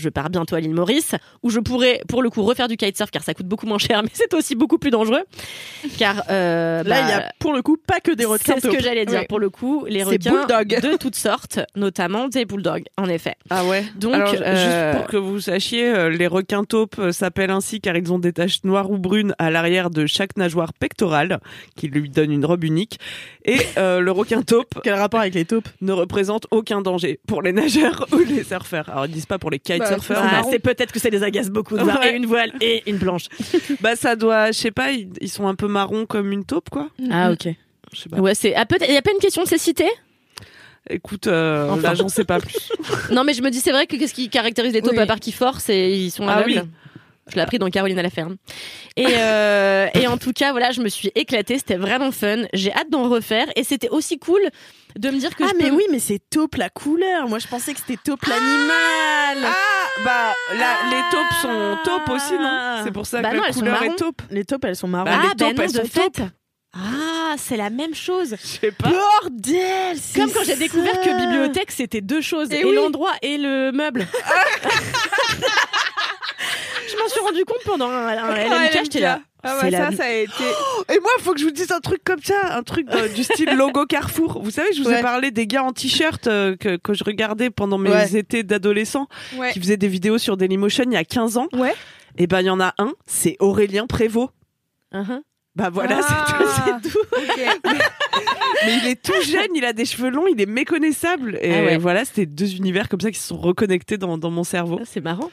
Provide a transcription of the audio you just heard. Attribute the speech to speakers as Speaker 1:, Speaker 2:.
Speaker 1: je pars bientôt à l'île Maurice, où je pourrais, pour le coup, refaire du kitesurf, car ça coûte beaucoup moins cher, mais c'est aussi beaucoup plus dangereux. Car euh,
Speaker 2: Là,
Speaker 1: bah,
Speaker 2: il y a pour le coup pas que des requins.
Speaker 1: c'est ce que j'allais dire
Speaker 2: Ouais.
Speaker 1: pour le coup, les
Speaker 2: C'est
Speaker 1: requins
Speaker 2: bulldog.
Speaker 1: de toutes sortes, notamment des bulldogs, en effet.
Speaker 2: Ah ouais.
Speaker 1: Donc,
Speaker 3: Alors,
Speaker 1: euh,
Speaker 3: juste pour que vous sachiez, euh, les requins taupes euh, s'appellent ainsi car ils ont des taches noires ou brunes à l'arrière de chaque nageoire pectorale, qui lui donne une robe unique. Et euh, le requin taupe
Speaker 2: Quel rapport avec les taupes
Speaker 3: ne représente aucun danger pour les nageurs ou les surfeurs. Alors, ils disent pas pour les
Speaker 2: Bah,
Speaker 3: kitesurfers.
Speaker 1: ah,
Speaker 3: mais-
Speaker 1: c'est peut-être que ça les agace beaucoup de voir
Speaker 3: Ouais.
Speaker 1: et une voile et une planche.
Speaker 3: Bah, ça doit, je sais pas, ils, ils sont un peu marrons comme une taupe, quoi.
Speaker 1: Ah ok.
Speaker 3: Je sais pas.
Speaker 1: Ouais, c'est. Ah, peut-être- Il n'y a pas une question de cécité
Speaker 3: Écoute, euh,
Speaker 1: Enfin.
Speaker 3: là, j'en sais pas plus.
Speaker 1: Non, mais je me dis, c'est vrai que qu'est-ce qui caractérise les taupes
Speaker 2: Oui.
Speaker 1: à part qu'ils forcent et ils sont
Speaker 3: Ah
Speaker 1: aveugles. Je l'ai appris dans Caroline à la ferme. Et, euh, et en tout cas, voilà, je me suis éclatée. C'était vraiment fun. J'ai hâte d'en refaire. Et c'était aussi cool de me dire que
Speaker 2: Ah
Speaker 1: je
Speaker 2: mais
Speaker 1: peux-
Speaker 2: oui, mais c'est taupe la couleur. Moi, je pensais que c'était taupe l'animal.
Speaker 3: Ah, bah, là, les taupes sont taupes aussi, non C'est pour ça
Speaker 1: Bah
Speaker 3: que
Speaker 1: non,
Speaker 3: la
Speaker 1: elles sont
Speaker 3: couleur
Speaker 1: marron.
Speaker 3: est taupe.
Speaker 2: Les taupes, elles sont marron.
Speaker 3: bah, les
Speaker 1: ah, ben
Speaker 3: taupes,
Speaker 1: non,
Speaker 3: elles
Speaker 1: de
Speaker 3: sont
Speaker 1: fait. Ah, c'est la même chose.
Speaker 3: Je sais pas.
Speaker 2: Bordel c'est
Speaker 1: Comme quand j'ai
Speaker 2: ça.
Speaker 1: découvert que bibliothèque, c'était deux choses. Et,
Speaker 2: Et oui.
Speaker 1: l'endroit et le meuble. je m'en suis rendu compte pendant un, un LMK, j'étais là.
Speaker 3: Ah
Speaker 1: C'est
Speaker 3: ouais,
Speaker 1: la-
Speaker 3: ça, ça a été. Et moi, faut que je vous dise un truc comme ça, un truc euh, du style logo Carrefour. Vous savez, je vous ai
Speaker 2: Ouais.
Speaker 3: parlé des gars en t-shirt euh, que, que je regardais pendant mes
Speaker 2: Ouais.
Speaker 3: étés d'adolescent,
Speaker 2: Ouais.
Speaker 3: qui faisaient des vidéos sur Dailymotion il y a 15 ans.
Speaker 2: Ouais.
Speaker 3: Et ben, il y en a un, c'est Aurélien Prévost.
Speaker 1: Uh-huh.
Speaker 3: Bah voilà, c'est tout.
Speaker 2: Ah. Ok.
Speaker 3: Mais il est tout jeune, il a des cheveux longs, il est méconnaissable. Et
Speaker 1: Ah ouais.
Speaker 3: voilà, c'était deux univers comme ça qui se sont reconnectés dans, dans mon cerveau.
Speaker 1: Ah, C'est marrant.